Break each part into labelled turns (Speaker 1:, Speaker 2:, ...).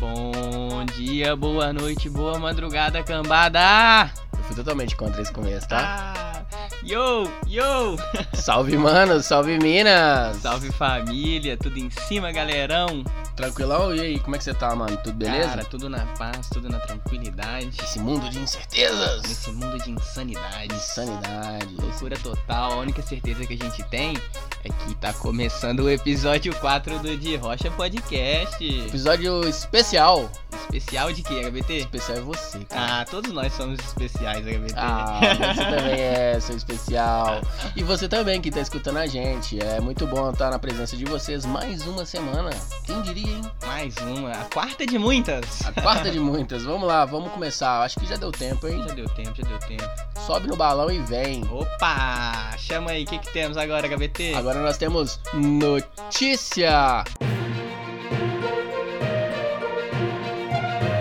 Speaker 1: Bom dia, boa noite, boa madrugada, cambada!
Speaker 2: Eu fui totalmente contra esse começo, tá?
Speaker 1: Ah, yo, yo!
Speaker 2: Salve, mano! Salve, Minas!
Speaker 1: Ah. Salve família, tudo em cima, galerão!
Speaker 2: Tranquilão? E aí, como é que você tá, mano? Tudo beleza?
Speaker 1: Cara, tudo na paz, tudo na tranquilidade.
Speaker 2: Esse mundo de incertezas!
Speaker 1: Nesse mundo de insanidade.
Speaker 2: Insanidade.
Speaker 1: Loucura total, a única certeza que a gente tem é que tá começando o episódio 4 do De Rocha Podcast.
Speaker 2: Episódio especial.
Speaker 1: Especial de quê, HBT?
Speaker 2: Especial é você, cara.
Speaker 1: Ah, todos nós somos especiais, HBT.
Speaker 2: Ah, você também é, seu especial. E você também que tá escutando a gente. É muito bom estar na presença de vocês mais uma semana. Quem diria, hein?
Speaker 1: Mais uma, a quarta de muitas.
Speaker 2: A quarta de muitas. Vamos lá, vamos começar. Acho que já deu tempo, hein?
Speaker 1: Já deu tempo, já deu tempo.
Speaker 2: Sobe no balão e vem.
Speaker 1: Opa! Chama aí, o que, que temos agora, HBT?
Speaker 2: Agora nós temos notícia.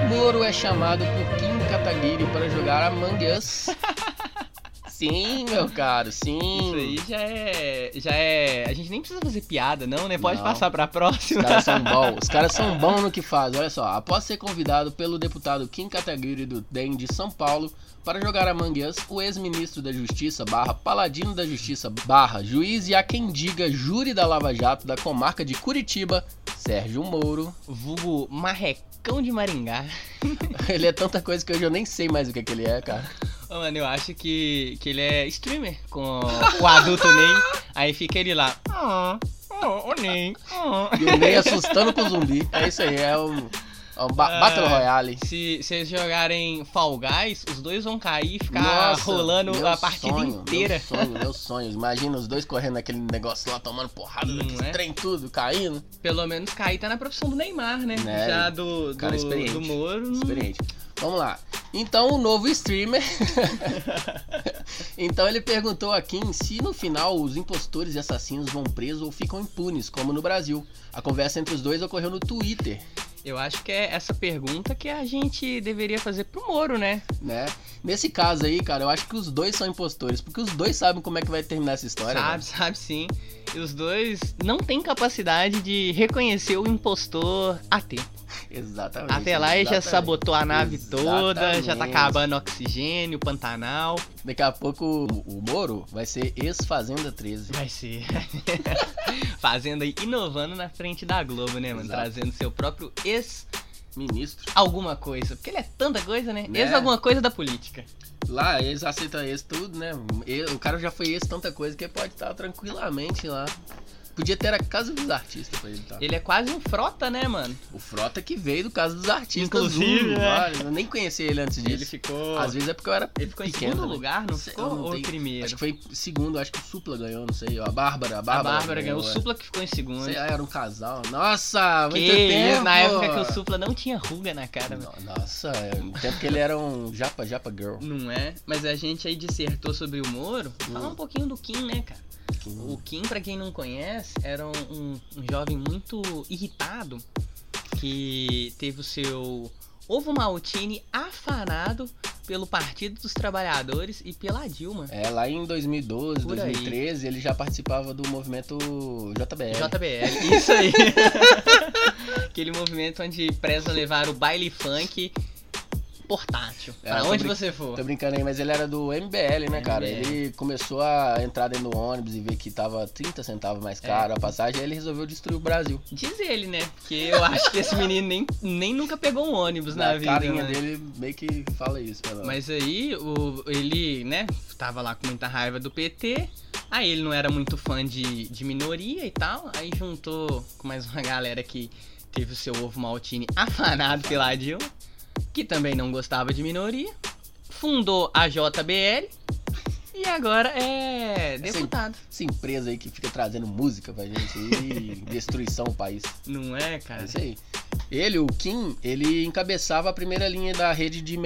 Speaker 2: Moro é chamado por Kim Kataguiri para jogar Among Us. Sim, meu caro,
Speaker 1: Isso aí
Speaker 2: sim.
Speaker 1: já é. Já é. A gente nem precisa fazer piada, não, né? Pode
Speaker 2: Não. Tá.
Speaker 1: passar pra próxima.
Speaker 2: Os caras são bons, os caras são bons no que fazem. Olha só, após ser convidado pelo deputado Kim Kataguiri do DEM de São Paulo para jogar Among Us, o ex-ministro da Justiça, barra paladino da Justiça, barra juiz e a quem diga júri da Lava Jato da comarca de Curitiba, Sérgio Moro,
Speaker 1: Vulgo marrecão de Maringá.
Speaker 2: Ele é tanta coisa que hoje eu nem sei mais o que, é que ele é, cara.
Speaker 1: Ô, mano, eu acho que, que ele é streamer com o adulto Ney. Aí fica ele lá. Ah, oh, oh, Ney. ah."
Speaker 2: E o Ney assustando com o zumbi. É isso aí, é um, é um ba-
Speaker 1: Ah.
Speaker 2: Battle Royale.
Speaker 1: Se vocês jogarem Fall Guys, os dois vão cair e ficar
Speaker 2: Nossa,
Speaker 1: rolando
Speaker 2: meu
Speaker 1: a partida
Speaker 2: sonho,
Speaker 1: inteira.
Speaker 2: Meu sonho, meu sonho. Imagina os dois correndo naquele negócio lá, tomando porrada,
Speaker 1: Não
Speaker 2: naquele
Speaker 1: é?
Speaker 2: trem tudo, caindo.
Speaker 1: Pelo menos cair tá na profissão do Neymar, né?
Speaker 2: Né?
Speaker 1: Já do, do,
Speaker 2: Cara experiente.
Speaker 1: do Moro. não-
Speaker 2: Experiente. Vamos lá. Então, o novo streamer. então, ele perguntou a Kim se no final os impostores e assassinos vão presos ou ficam impunes, como no Brasil. A conversa entre os dois ocorreu no Twitter.
Speaker 1: Eu acho que é essa pergunta que a gente deveria fazer pro Moro, né?
Speaker 2: né? Nesse caso aí, cara, eu acho que os dois são impostores, porque os dois sabem como é que vai terminar essa história.
Speaker 1: sabe, sabe sim. E os dois não têm capacidade de reconhecer o impostor a tempo.
Speaker 2: velho. né? Exatamente.
Speaker 1: Até lá ele já
Speaker 2: exatamente.
Speaker 1: sabotou a nave toda, já tá
Speaker 2: Exatamente.
Speaker 1: acabando o oxigênio, o Pantanal.
Speaker 2: Daqui a pouco o, o Moro vai ser ex-Fazenda 13.
Speaker 1: Vai ser. Fazendo aí, inovando na frente da Globo, né, mano?
Speaker 2: Exato.
Speaker 1: Trazendo seu próprio ex
Speaker 2: Ministro.
Speaker 1: alguma coisa. Porque ele é tanta coisa, né?
Speaker 2: Né? Tá.
Speaker 1: Ex alguma coisa da política.
Speaker 2: Lá, eles aceitam ex tudo, né? E- o cara já foi ex tanta coisa que ele pode estar tranquilamente lá. Podia ter a Casa dos Artistas pra ele tá?
Speaker 1: Ele é quase um frota, né, mano?
Speaker 2: O Frota que veio do Casa dos Artistas.
Speaker 1: Inclusive,
Speaker 2: um,
Speaker 1: né?
Speaker 2: vários. Eu nem conhecia ele antes disso.
Speaker 1: ficou.
Speaker 2: Às vezes é porque eu era
Speaker 1: Ele ficou em
Speaker 2: pequeno
Speaker 1: segundo
Speaker 2: também.
Speaker 1: lugar, né? não
Speaker 2: Sei-
Speaker 1: ficou?
Speaker 2: eu não
Speaker 1: Ou
Speaker 2: tenho-
Speaker 1: primeiro?
Speaker 2: Acho que foi em segundo, acho que o Supla ganhou, não sei. A Bárbara, a
Speaker 1: A
Speaker 2: Bárbara.
Speaker 1: Bárbara né? ganhou. O
Speaker 2: é.
Speaker 1: Supla que ficou em segundo.
Speaker 2: Sei lá, era um casal. Nossa,
Speaker 1: Que
Speaker 2: muito tempo.
Speaker 1: isso, na época que o Supla não tinha ruga na cara, mano.
Speaker 2: No- Nossa, é, no tempo que ele era um japa, japa girl.
Speaker 1: Não é? Mas a gente aí dissertou sobre o Moro. Falar um pouquinho do Kim, né, cara?
Speaker 2: Um
Speaker 1: O Kim, pra quem não conhece, era um, um- um jovem muito irritado que teve o seu ovo maltine afanado pelo Partido dos Trabalhadores e pela Dilma.
Speaker 2: É, lá em 2012,
Speaker 1: Por aí.
Speaker 2: 2013, ele já participava do movimento JBL.
Speaker 1: JBL, É. isso aí. Aquele movimento onde preza levar o baile funk portátil.
Speaker 2: É,
Speaker 1: pra
Speaker 2: tô
Speaker 1: onde
Speaker 2: brin-
Speaker 1: você for.
Speaker 2: Tô brincando aí, mas ele era do MBL, né, cara?
Speaker 1: MBL.
Speaker 2: Ele começou a entrar dentro do ônibus e ver que tava 30 centavos mais
Speaker 1: É.
Speaker 2: caro a passagem, aí ele resolveu destruir o Brasil.
Speaker 1: Diz ele, né? Porque eu acho que esse menino nem, nem nunca pegou um ônibus na,
Speaker 2: a
Speaker 1: vida.
Speaker 2: carinha
Speaker 1: né?
Speaker 2: dele meio que fala isso, né? pelo
Speaker 1: Mas aí o, ele, né, tava lá com muita raiva do PT. Aí ele não era muito fã de, de minoria e tal. Aí juntou com mais uma galera que teve o seu ovo maltine afanado pela Dilma, um, que também não gostava de minoria. Fundou a JBL e agora é deputado.
Speaker 2: Essa empresa aí que fica trazendo música pra gente e destruição ao país.
Speaker 1: Não é,
Speaker 2: É
Speaker 1: cara?
Speaker 2: isso aí. Ele, o Kim, ele encabeçava a primeira linha da rede de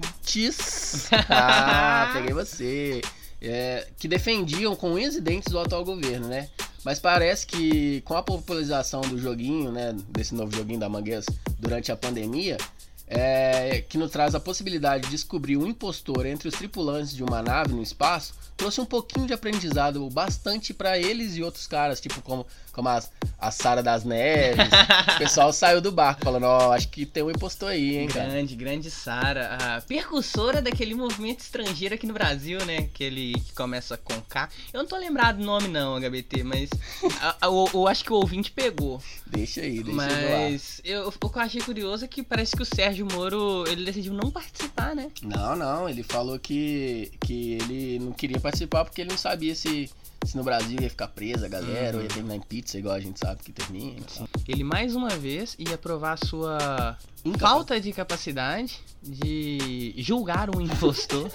Speaker 2: mentes. Ah, peguei você. É, que defendiam com unhas e dentes o atual governo, né? Mas parece que com a popularização do joguinho, né? Desse novo joguinho da Mangueiras durante a pandemia, é, que nos traz a possibilidade de descobrir um impostor entre os tripulantes de uma nave no espaço, trouxe um pouquinho de aprendizado bastante para eles e outros caras, tipo como, como as, a Sara das Neves. o pessoal saiu do barco falando, ó, acho que tem um impostor aí, hein, cara.
Speaker 1: Grande, grande Sara, a percursora daquele movimento estrangeiro aqui no Brasil, né? Aquele que começa com K. Eu não tô lembrado do nome não, HBT, mas a- a- o- eu acho que o ouvinte pegou.
Speaker 2: Deixa aí, deixa eu
Speaker 1: Mas eu, o que eu achei curioso é que parece que o Sérgio Moro, ele decidiu não participar, né?
Speaker 2: Não, não, ele falou que, que ele não queria participar porque ele não sabia se, se no Brasil ia ficar presa a galera ou ia terminar em pizza, igual a gente sabe que termina. Então.
Speaker 1: Ele mais uma vez ia provar a sua falta de capacidade de julgar um impostor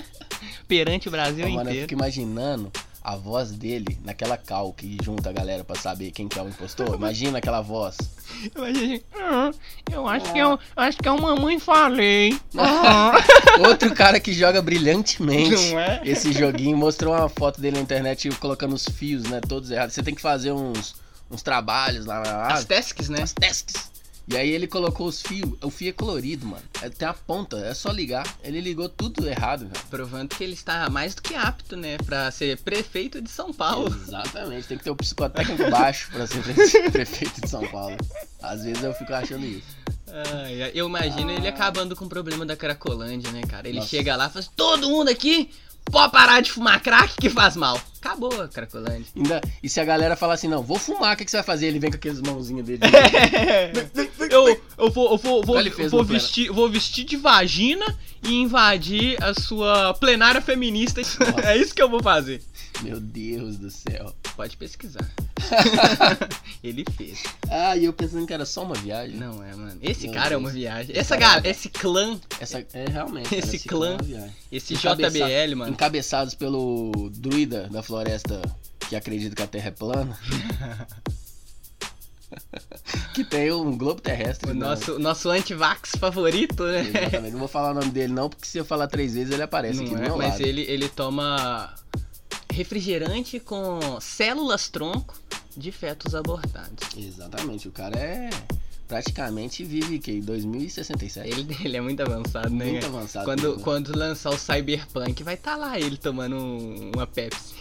Speaker 1: perante o Brasil
Speaker 2: Ah, Mano, eu
Speaker 1: inteiro.
Speaker 2: fico imaginando a voz dele naquela cal que junta a galera pra saber quem que é o impostor. Imagina aquela voz.
Speaker 1: Imagina, "Ah, Eu acho que eu acho que é o mamãe falei. Ah."
Speaker 2: Outro cara que joga brilhantemente.
Speaker 1: Não é?
Speaker 2: Esse joguinho mostrou uma foto dele na internet colocando os fios, né? Todos errados. Você tem que fazer uns, uns trabalhos lá na
Speaker 1: As tasks, né?
Speaker 2: as tasks. E aí ele colocou os fios. O fio é colorido, mano. É, Tem a ponta, é só ligar. Ele ligou tudo errado, cara.
Speaker 1: Provando que ele está mais do que apto, né, Pra ser prefeito de São Paulo.
Speaker 2: Exatamente, tem que ter o psicotécnico baixo pra ser pre- prefeito de São Paulo. Às vezes eu fico achando isso.
Speaker 1: Ai, ai, eu imagino ele acabando com o problema da Cracolândia, né, cara? Ele
Speaker 2: Nossa.
Speaker 1: chega lá e fala assim, todo mundo aqui pode parar de fumar crack que faz mal. Acabou a Cracolândia.
Speaker 2: Ainda, e se a galera falar assim, não, vou fumar, o que, que você vai fazer? Ele vem com aqueles mãozinhos dele.
Speaker 1: É. eu, eu vou, eu vou, vou,
Speaker 2: Ele fez
Speaker 1: vou
Speaker 2: no pleno.
Speaker 1: vestir, vou vestir de vagina e invadir a sua plenária feminista. é isso que eu vou fazer.
Speaker 2: Meu Deus do céu.
Speaker 1: Pode pesquisar. ele fez.
Speaker 2: Ah, e eu pensando que era só uma viagem. né?
Speaker 1: Não é, mano. Esse
Speaker 2: Meu
Speaker 1: cara é
Speaker 2: Deus.
Speaker 1: uma viagem. Essa
Speaker 2: Cara,
Speaker 1: galera, esse clã,
Speaker 2: Essa, é realmente. cara,
Speaker 1: Esse
Speaker 2: clã é
Speaker 1: clã.
Speaker 2: uma viagem.
Speaker 1: esse
Speaker 2: Encabeça-
Speaker 1: JBL, mano.
Speaker 2: Encabeçados pelo druida da floresta que acredita que a Terra é plana. que tem um globo terrestre.
Speaker 1: O
Speaker 2: não.
Speaker 1: nosso, o nosso antivax favorito, né?
Speaker 2: Exatamente. Não vou falar o nome dele, não, porque se eu falar três vezes ele aparece aqui
Speaker 1: Não
Speaker 2: do
Speaker 1: é,
Speaker 2: meu
Speaker 1: mas
Speaker 2: lado.
Speaker 1: ele, ele toma refrigerante com células tronco de fetos abortados.
Speaker 2: Exatamente. O cara é. Praticamente vive que? em 2067.
Speaker 1: Ele, ele é muito avançado, né?
Speaker 2: Muito
Speaker 1: cara?
Speaker 2: avançado.
Speaker 1: Quando,
Speaker 2: mesmo.
Speaker 1: quando lançar o Cyberpunk, vai estar lá ele tomando um- uma Pepsi.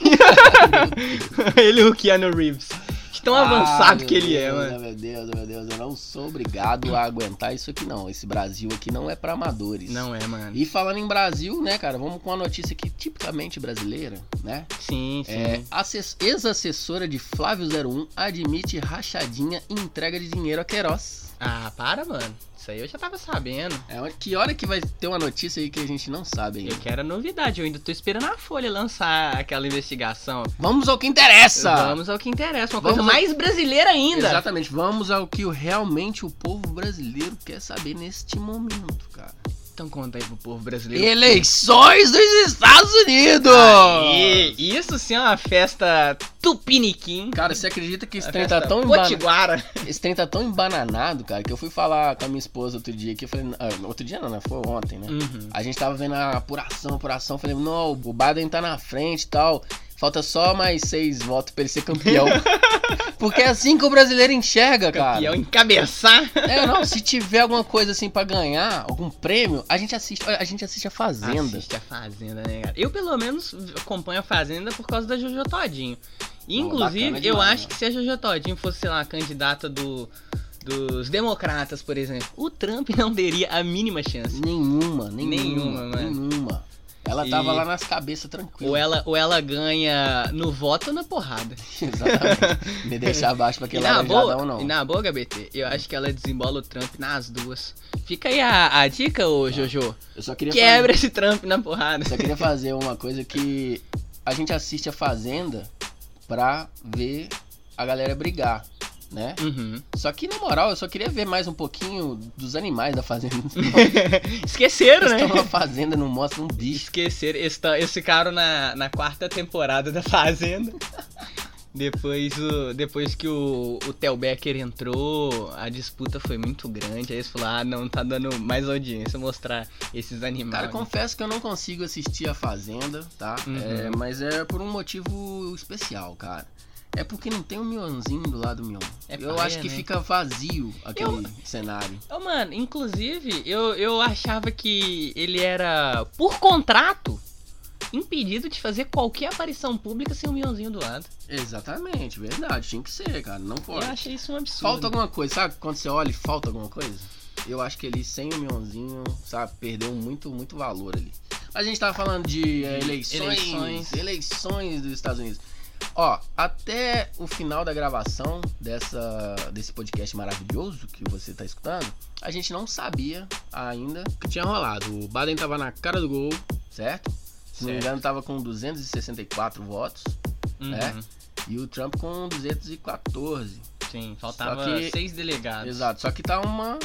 Speaker 1: ele e o Keanu Reeves. De tão
Speaker 2: Ah,
Speaker 1: avançado
Speaker 2: meu
Speaker 1: que ele é,
Speaker 2: Deus,
Speaker 1: mano.
Speaker 2: Meu Deus, meu Deus, eu não sou obrigado a aguentar isso aqui, não. Esse Brasil aqui não é pra amadores.
Speaker 1: Não é, mano.
Speaker 2: E falando em Brasil, né, cara, vamos com uma notícia aqui tipicamente brasileira, né?
Speaker 1: Sim, sim.
Speaker 2: É, assess- Ex-assessora de Flávio 01 admite rachadinha e entrega de dinheiro a Queiroz.
Speaker 1: Ah, para, mano. Isso aí eu já tava sabendo.
Speaker 2: É, mas que hora que vai ter uma notícia aí que a gente não sabe ainda?
Speaker 1: Eu quero a novidade. Eu ainda tô esperando a Folha lançar aquela investigação.
Speaker 2: Vamos ao que interessa!
Speaker 1: Vamos ao que interessa, uma coisa
Speaker 2: Vamos ao-
Speaker 1: mais brasileira ainda.
Speaker 2: Exatamente, vamos ao que o- realmente o povo brasileiro quer saber neste momento, cara.
Speaker 1: Então conta aí pro povo brasileiro.
Speaker 2: Eleições dos Estados Unidos!
Speaker 1: Aí, isso sim é uma festa tupiniquim.
Speaker 2: Cara, você acredita que esse
Speaker 1: Uma
Speaker 2: trem
Speaker 1: festa
Speaker 2: tá tão embana-
Speaker 1: potiguara.
Speaker 2: Esse trem tá tão embananado, cara, que eu fui falar com a minha esposa outro dia que eu falei. ah, outro dia não, né? Foi ontem, né?
Speaker 1: Uhum.
Speaker 2: A gente tava vendo a apuração, apuração. Falei, não, o Biden tá na frente e tal. Falta só mais seis votos pra ele ser campeão. Porque é assim que o brasileiro enxerga, cara.
Speaker 1: E eu encabeçar.
Speaker 2: É, não, se tiver alguma coisa assim pra ganhar, algum prêmio, a gente assiste, a gente assiste a Fazenda.
Speaker 1: Assiste a Fazenda, né, cara? Eu, pelo menos, acompanho a Fazenda por causa da Jojo Todinho. E,
Speaker 2: Pô,
Speaker 1: Inclusive,
Speaker 2: bacana
Speaker 1: eu
Speaker 2: demais,
Speaker 1: acho
Speaker 2: né?
Speaker 1: que se a Jojo Todinho fosse, sei lá, a candidata do, dos democratas, por exemplo, o Trump não teria a mínima chance. Nenhuma,
Speaker 2: Nenhuma, nenhuma, nenhuma.
Speaker 1: mano.
Speaker 2: Ela
Speaker 1: E-
Speaker 2: tava lá nas cabeças tranquila.
Speaker 1: Ou é ela, ou ela ganha no voto ou na porrada.
Speaker 2: Exatamente. Me deixar abaixo pra
Speaker 1: E
Speaker 2: aquele
Speaker 1: na,
Speaker 2: laranjadão,
Speaker 1: boa,
Speaker 2: é não.
Speaker 1: e na boa, HBT, eu acho que ela desembola o Trump nas duas. Fica aí a, a dica, ô Jojo.
Speaker 2: Eu só Tá. queria fazer-
Speaker 1: Quebra esse Trump na porrada.
Speaker 2: Só queria fazer uma coisa que a gente assiste a Fazenda pra ver a galera brigar, né?
Speaker 1: Uhum.
Speaker 2: Só que na moral, eu só queria ver mais um pouquinho dos animais da Fazenda.
Speaker 1: Esqueceram,
Speaker 2: Eles estão
Speaker 1: né?
Speaker 2: na Fazenda, não mostra um bicho.
Speaker 1: Esqueceram. Eles, tão- eles ficaram na, na quarta temporada da Fazenda. Depois, o, depois que o, o Theo Becker entrou, a disputa foi muito grande. Aí eles falaram, ah, não, tá dando mais audiência mostrar esses
Speaker 2: Cara,
Speaker 1: animais.
Speaker 2: confesso que eu não consigo assistir a Fazenda, tá?
Speaker 1: Uhum. Uhum.
Speaker 2: É, mas é por um motivo especial, cara. É porque não tem o Mionzinho do lado do Mion.
Speaker 1: É
Speaker 2: eu
Speaker 1: paia,
Speaker 2: acho que
Speaker 1: né?
Speaker 2: fica vazio aquele cenário.
Speaker 1: Ô, mano, inclusive, eu, eu achava que ele era, por contrato, impedido de fazer qualquer aparição pública sem o Mionzinho do lado.
Speaker 2: Exatamente, verdade. Tinha que ser, cara. Não pode.
Speaker 1: Eu achei isso um absurdo.
Speaker 2: Falta alguma coisa, sabe? Quando você olha e falta alguma coisa. Eu acho que ele sem o Mionzinho, sabe, perdeu muito, muito valor ali. A gente tava falando de eh, eleições,
Speaker 1: eleições.
Speaker 2: eleições, dos Estados Unidos. Ó, até o final da gravação dessa, desse podcast maravilhoso que você tá escutando, a gente não sabia ainda o que tinha rolado. O Biden tava na cara do gol, certo? Se não me
Speaker 1: Certo.
Speaker 2: engano, tava com 264 votos
Speaker 1: Uhum,
Speaker 2: né? e o Trump com 214.
Speaker 1: Sim, faltava
Speaker 2: Só que-
Speaker 1: seis delegados.
Speaker 2: Exato, só que tá uma.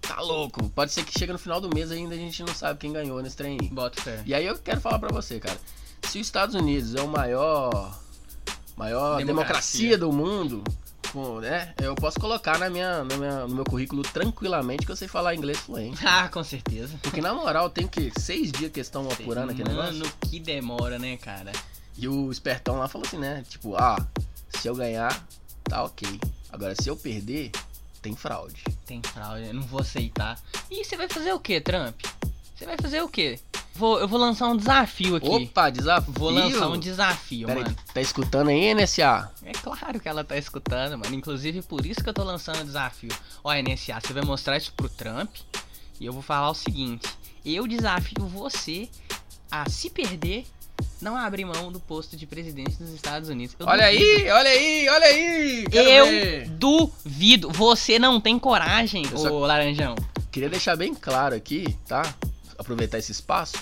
Speaker 2: Tá louco. Pode ser que chega no final do mês ainda a gente não sabe quem ganhou nesse trem aí.
Speaker 1: Bota fé.
Speaker 2: E aí eu quero falar pra você, cara. Se os Estados Unidos é o maior. maior
Speaker 1: Democracia.
Speaker 2: democracia, do mundo, com, né? Eu posso colocar na minha, na minha- no meu currículo tranquilamente que eu sei falar inglês fluente.
Speaker 1: Ah, com certeza.
Speaker 2: Porque na moral tem que seis dias que estão apurando aquele negócio.
Speaker 1: Mano, que demora, né, cara?
Speaker 2: E o espertão lá falou assim, né? Tipo, ah, se eu ganhar, tá ok. Agora se eu perder, tem fraude.
Speaker 1: Tem fraude, eu não vou aceitar. E você vai fazer o que, Trump? Você vai fazer o que? Vou, eu vou lançar um desafio aqui.
Speaker 2: Opa, desafio.
Speaker 1: Vou lançar um desafio,
Speaker 2: Peraí,
Speaker 1: mano.
Speaker 2: tá escutando aí, NSA?
Speaker 1: É claro que ela tá escutando, mano. Inclusive por isso que eu tô lançando o desafio. Ó, NSA, você vai mostrar isso pro Trump e eu vou falar o seguinte: eu desafio você a se perder, não abrir mão do posto de presidente dos Estados Unidos. Eu
Speaker 2: Olha
Speaker 1: duvido.
Speaker 2: aí, olha aí, olha aí! quero ver.
Speaker 1: Eu duvido. Você não tem coragem, ô
Speaker 2: Eu só-
Speaker 1: Laranjão.
Speaker 2: Queria deixar bem claro aqui, tá? Aproveitar esse espaço.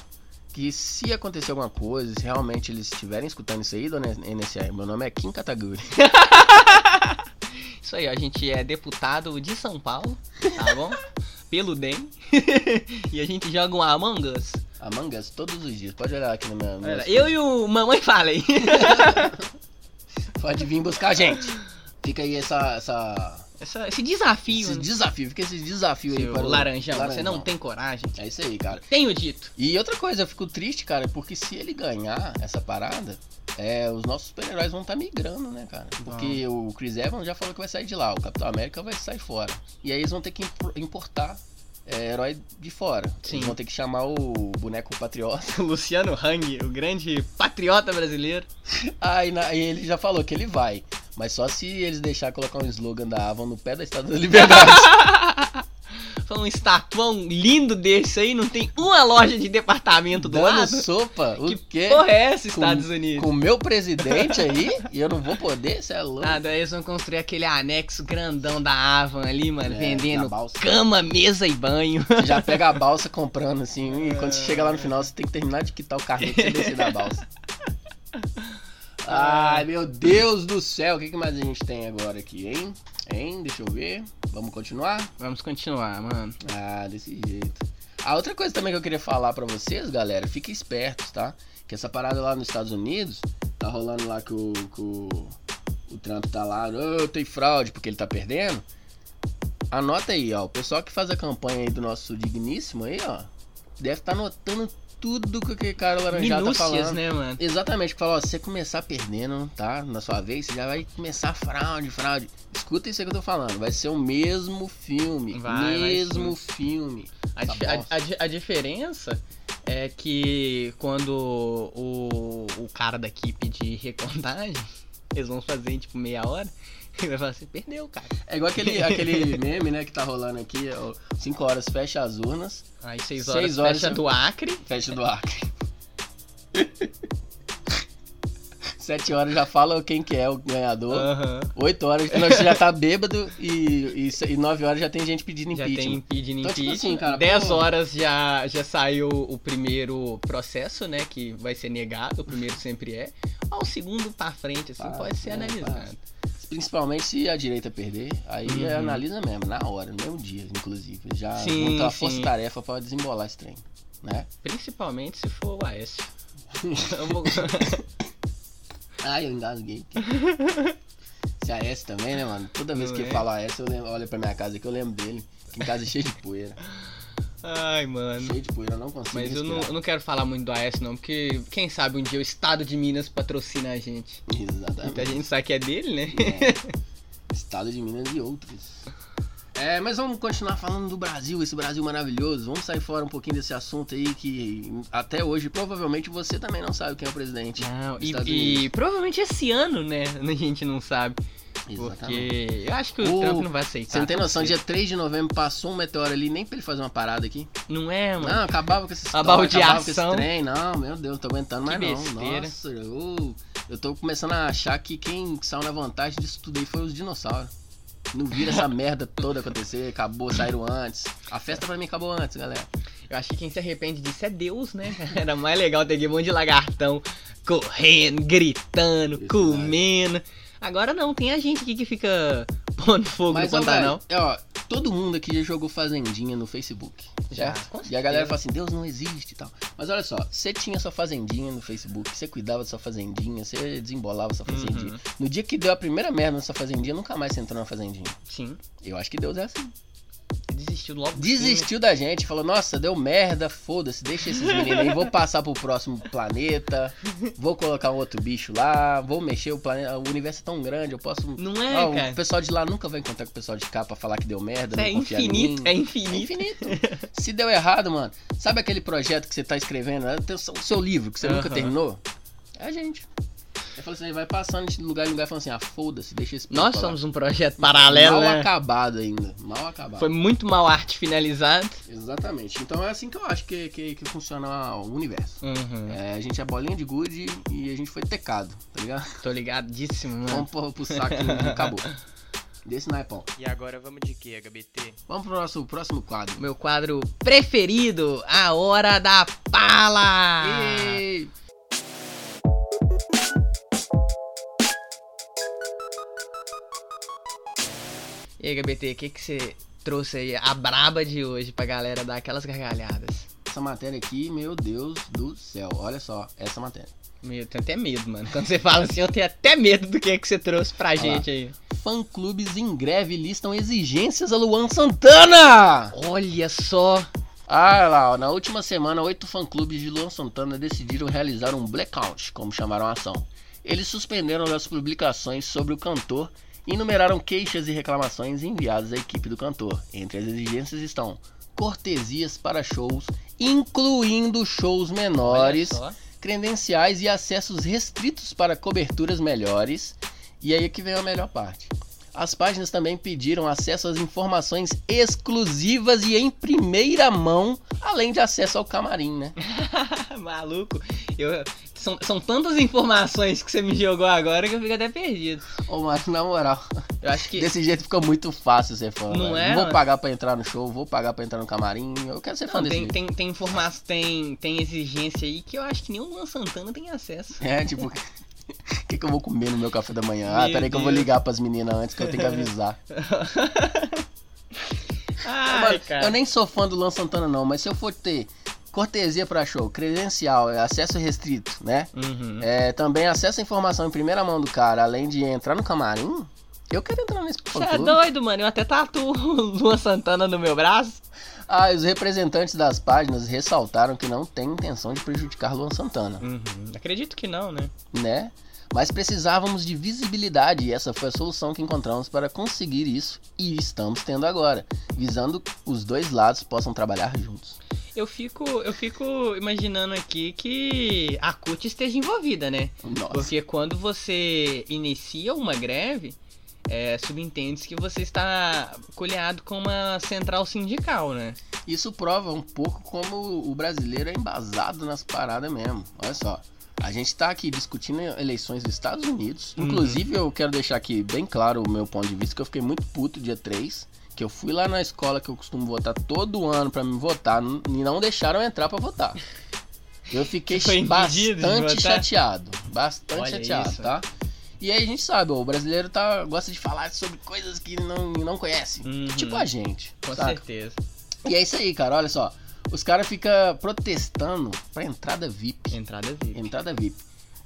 Speaker 2: Que se acontecer alguma coisa, se realmente eles estiverem escutando isso aí, dona NSA, meu nome é Kim Kataguri.
Speaker 1: Isso aí, ó, a gente é deputado de São Paulo, tá bom? Pelo DEM. e a gente joga um Among Us.
Speaker 2: Among Us todos os dias, pode olhar aqui na minha.
Speaker 1: Olha, eu e o Mamãe Falei.
Speaker 2: Pode vir buscar a gente. Fica aí essa. essa...
Speaker 1: Essa- esse desafio,
Speaker 2: Esse
Speaker 1: né?
Speaker 2: desafio, fica esse desafio aí
Speaker 1: Seu
Speaker 2: para o
Speaker 1: laranjão, você
Speaker 2: Laranjão.
Speaker 1: não tem coragem.
Speaker 2: É isso aí, cara.
Speaker 1: Tenho dito.
Speaker 2: E outra coisa, eu fico triste, cara, porque se ele ganhar essa parada, é, os nossos super-heróis vão estar migrando, né, cara? Porque o Chris Evans já falou que vai sair de lá, o Capitão América vai sair fora. E aí eles vão ter que impor- importar é, herói de fora.
Speaker 1: Sim.
Speaker 2: Eles vão ter que chamar o boneco patriota.
Speaker 1: Luciano Hang, o grande patriota brasileiro.
Speaker 2: Aí na- e ele já falou que ele vai. Mas só se eles deixar colocar um slogan da Avon no pé da Estátua da Liberdade.
Speaker 1: Foi um estatuão lindo desse aí, não tem uma loja de departamento do
Speaker 2: dando
Speaker 1: lado.
Speaker 2: sopa. O
Speaker 1: Que
Speaker 2: quê?
Speaker 1: Porra, é essa,
Speaker 2: Com-
Speaker 1: Estados Unidos?
Speaker 2: Com o meu presidente aí, e eu não vou poder, você é louco.
Speaker 1: Ah, daí eles vão construir aquele anexo grandão da Avon ali, mano,
Speaker 2: É, na
Speaker 1: vendendo
Speaker 2: balsa.
Speaker 1: cama, mesa e banho.
Speaker 2: Você já pega a balsa comprando, assim, e quando você chega lá no final, você tem que terminar de quitar o carro pra você descer da balsa. Ai, meu Deus do céu, o que que mais a gente tem agora aqui, hein? Hein? Deixa eu ver. Vamos continuar?
Speaker 1: Vamos continuar, mano.
Speaker 2: Ah, desse jeito. A outra coisa também que eu queria falar pra vocês, galera, fiquem espertos, tá? Que essa parada lá nos Estados Unidos, tá rolando lá que o, que o, o Trump tá lá, "Ô, tem fraude porque ele tá perdendo. Anota aí, ó, o pessoal que faz a campanha aí do nosso digníssimo aí, ó, deve tá anotando tudo que aquele cara laranjado tá
Speaker 1: Minúcias,
Speaker 2: falando.
Speaker 1: né, mano?
Speaker 2: Exatamente, que falou, ó, se você começar perdendo, tá? Na sua vez, você já vai começar fraude, fraude. Escuta isso aí que eu tô falando, vai ser o mesmo filme.
Speaker 1: Vai, vai
Speaker 2: mesmo filme.
Speaker 1: A,
Speaker 2: Tá
Speaker 1: dif-
Speaker 2: bom.
Speaker 1: a- a di- a diferença é que quando o, o cara daqui pedir recontagem, eles vão fazer em tipo meia hora, e vai falar assim, perdeu, cara.
Speaker 2: É igual aquele, aquele meme, né, que tá rolando aqui, 5 horas fecha as urnas,
Speaker 1: Aí seis horas,
Speaker 2: Seis horas né?
Speaker 1: fecha
Speaker 2: eu-
Speaker 1: do Acre,
Speaker 2: fecha do Acre. 7 horas já fala quem que é o ganhador.
Speaker 1: aham,
Speaker 2: 8 horas, não, você já tá bêbado e, e, e 9 horas já tem gente pedindo
Speaker 1: já
Speaker 2: impeachment.
Speaker 1: tem impedindo
Speaker 2: Então, tipo
Speaker 1: impeachment.
Speaker 2: assim, cara,
Speaker 1: Dez
Speaker 2: pô.
Speaker 1: horas já, já saiu o primeiro processo, né, que vai ser negado, o primeiro sempre é. Ao segundo pra frente, assim,
Speaker 2: Fácil,
Speaker 1: pode ser
Speaker 2: é,
Speaker 1: analisado.
Speaker 2: fácil. Principalmente se a direita perder, aí
Speaker 1: Uhum.
Speaker 2: analisa mesmo, na hora, no mesmo dia, inclusive. Já
Speaker 1: Sim,
Speaker 2: monta a
Speaker 1: sim.
Speaker 2: força-tarefa pra desembolar esse trem, né?
Speaker 1: Principalmente se for o Aécio. Eu vou-
Speaker 2: Ai, eu engasguei. Esse AS também, né, mano? Toda vez
Speaker 1: Não
Speaker 2: que
Speaker 1: é?
Speaker 2: fala AS, eu lembro, olha pra minha casa que eu lembro dele. Que em casa é cheio de poeira.
Speaker 1: Ai, mano.
Speaker 2: Cheio de poeira, não consigo
Speaker 1: Mas eu não, eu
Speaker 2: respirar.
Speaker 1: não quero falar muito do AS, não, porque quem sabe um dia o estado de Minas patrocina a gente.
Speaker 2: Exatamente.
Speaker 1: Então a gente sabe que é dele, né?
Speaker 2: É. Estado de Minas e outros. É, mas vamos continuar falando do Brasil, esse Brasil maravilhoso. Vamos sair fora um pouquinho desse assunto aí que até hoje provavelmente você também não sabe quem é o presidente.
Speaker 1: Não,
Speaker 2: dos
Speaker 1: e,
Speaker 2: Estados
Speaker 1: e
Speaker 2: Unidos.
Speaker 1: provavelmente esse ano, né? A gente não sabe. Porque eu acho que o
Speaker 2: O-
Speaker 1: Trump não vai aceitar.
Speaker 2: Você não tem noção, dia 3 de novembro passou um meteoro ali, nem pra ele fazer uma parada aqui.
Speaker 1: Não é, mano?
Speaker 2: Não, acabava com esse
Speaker 1: A
Speaker 2: acabava com
Speaker 1: baldeação.
Speaker 2: esse trem, não, meu Deus, tô aguentando
Speaker 1: Que
Speaker 2: mais não.
Speaker 1: besteira.
Speaker 2: Nossa, eu, eu tô começando a achar que quem saiu na vantagem disso tudo aí foi os dinossauros. Não viram essa merda toda acontecer, acabou, saíram antes. A festa pra mim acabou antes, galera.
Speaker 1: Eu acho que quem se arrepende disso é Deus, né? cara? Era mais legal ter aquele monte de lagartão correndo, gritando,
Speaker 2: é Verdade.
Speaker 1: comendo. Agora não, tem a gente aqui que fica pondo fogo
Speaker 2: Mas,
Speaker 1: no
Speaker 2: ó,
Speaker 1: Pantanal.
Speaker 2: velho, é, ó, todo mundo aqui já jogou Fazendinha no Facebook.
Speaker 1: Já,
Speaker 2: certo?
Speaker 1: com
Speaker 2: E a
Speaker 1: certeza.
Speaker 2: galera fala assim, Deus não existe e tal. Mas olha só, você tinha sua fazendinha no Facebook, você cuidava da sua fazendinha, você desembolava sua fazendinha.
Speaker 1: Uhum.
Speaker 2: No dia que deu a primeira merda na sua fazendinha, nunca mais você entrou na fazendinha.
Speaker 1: Sim,
Speaker 2: Eu acho que Deus é assim.
Speaker 1: desistiu logo. do filme.
Speaker 2: Desistiu da gente, falou, nossa, deu merda, foda-se, deixa esses meninos aí, vou passar pro próximo planeta, vou colocar um outro bicho lá, vou mexer o planeta, o universo é tão grande, eu posso...
Speaker 1: Não é,
Speaker 2: Ó, o
Speaker 1: cara?
Speaker 2: pessoal de lá nunca vai encontrar com o pessoal de cá pra falar que deu merda,
Speaker 1: Isso é
Speaker 2: não confia em mim.
Speaker 1: infinito, é infinito.
Speaker 2: É infinito. Se deu errado, mano, sabe aquele projeto que você tá escrevendo, né? Tem o seu- o seu livro que você nunca
Speaker 1: Aham.
Speaker 2: terminou? É a gente. Aí fala assim, vai passando de lugar em lugar falando assim, ah, foda-se, deixa esse
Speaker 1: Nós
Speaker 2: papo lá.
Speaker 1: somos um projeto paralelo,
Speaker 2: Mal
Speaker 1: né?
Speaker 2: acabado ainda, mal acabado.
Speaker 1: Foi muito mal arte finalizado.
Speaker 2: Exatamente. Então é assim que eu acho que, que, que funciona o universo.
Speaker 1: Uhum.
Speaker 2: É, a gente é bolinha de gude e a gente foi tecado, tá ligado?
Speaker 1: Tô ligadíssimo, mano.
Speaker 2: Vamos pro, pro saco e acabou. Desse naipão.
Speaker 3: E agora vamos de quê, HBT?
Speaker 2: Vamos pro nosso próximo quadro.
Speaker 1: Meu quadro preferido, a hora da pala.
Speaker 2: E...
Speaker 1: E aí, HBT, o que que você trouxe aí a braba de hoje pra galera dar aquelas gargalhadas?
Speaker 2: Essa matéria aqui, meu Deus do céu. Olha só, essa matéria.
Speaker 1: Meu, eu tenho até medo, mano. Quando você fala assim, eu tenho até medo do que é que você trouxe pra
Speaker 2: Olha
Speaker 1: gente aí.
Speaker 2: Fã-clubes em greve listam exigências a Luan Santana!
Speaker 1: Olha só.
Speaker 2: Ah lá, ó, na última semana, oito fã-clubes de Luan Santana decidiram realizar um blackout, como chamaram a ação. Eles suspenderam as publicações sobre o cantor e enumeraram queixas e reclamações enviadas à equipe do cantor. Entre as exigências estão cortesias para shows, incluindo shows menores,
Speaker 1: Olha só.
Speaker 2: credenciais e acessos restritos para coberturas melhores. E aí é que vem a melhor parte. As páginas também pediram acesso às informações exclusivas e em primeira mão, além de acesso ao camarim, né?
Speaker 1: Maluco. Eu- são, são tantas informações que você me jogou agora que eu fico até perdido.
Speaker 2: Ô, mano, na moral,
Speaker 1: Eu acho que.
Speaker 2: desse jeito fica muito fácil ser fã.
Speaker 1: Não
Speaker 2: velho.
Speaker 1: é,
Speaker 2: Vou
Speaker 1: mano?
Speaker 2: pagar pra entrar no show, vou pagar pra entrar no camarim. Eu quero ser fã
Speaker 1: Não,
Speaker 2: desse
Speaker 1: tem,
Speaker 2: jeito.
Speaker 1: tem, tem informação, tem, tem exigência aí que eu acho que nem o Luan Santana tem acesso.
Speaker 2: É, tipo, o que, que eu vou comer no meu café da manhã? ah,
Speaker 1: Meu
Speaker 2: peraí que eu vou
Speaker 1: Deus.
Speaker 2: ligar pras meninas antes que eu tenho que avisar.
Speaker 1: Ai,
Speaker 2: Mano,
Speaker 1: cara.
Speaker 2: eu nem sou fã do Luan Santana, não, mas se eu for ter cortesia pra show, credencial, é, acesso restrito, né?
Speaker 1: Uhum.
Speaker 2: É, também acesso à informação em primeira mão do cara, além de entrar no camarim, eu quero entrar nesse
Speaker 1: Você é
Speaker 2: fã-clube.
Speaker 1: doido, mano. Eu até tatuo o Luan Santana no meu braço.
Speaker 2: Ah, e os representantes das páginas ressaltaram que não tem intenção de prejudicar Luan Santana,
Speaker 1: Uhum. Acredito que não, né?
Speaker 2: né? Mas precisávamos de visibilidade e essa foi a solução que encontramos para conseguir isso e estamos tendo agora, visando que os dois lados possam trabalhar juntos.
Speaker 1: Eu fico, eu fico imaginando aqui que a CUT esteja envolvida, né?
Speaker 2: Nossa.
Speaker 1: Porque quando você inicia uma greve, é, subentende-se que você está colheado com uma central sindical, né?
Speaker 2: Isso prova um pouco como o brasileiro é embasado nas paradas mesmo. Olha só. A gente tá aqui discutindo eleições dos Estados Unidos.
Speaker 1: Uhum.
Speaker 2: Inclusive, eu quero deixar aqui bem claro o meu ponto de vista, que eu fiquei muito puto dia 3. Que eu fui lá na escola que eu costumo votar todo ano pra me votar n- e não deixaram eu entrar pra votar. Eu fiquei
Speaker 1: Você foi impedido de
Speaker 2: bastante
Speaker 1: votar?
Speaker 2: chateado. Bastante
Speaker 1: Olha
Speaker 2: chateado,
Speaker 1: isso.
Speaker 2: tá? E aí a gente sabe, ó, o brasileiro tá, gosta de falar sobre coisas que não, não conhece.
Speaker 1: Uhum.
Speaker 2: Tipo a gente.
Speaker 1: Com
Speaker 2: saca?
Speaker 1: certeza.
Speaker 2: E é isso aí, cara. Olha só. Os caras ficam protestando pra entrada VIP.
Speaker 1: Entrada VIP.
Speaker 2: Entrada VIP.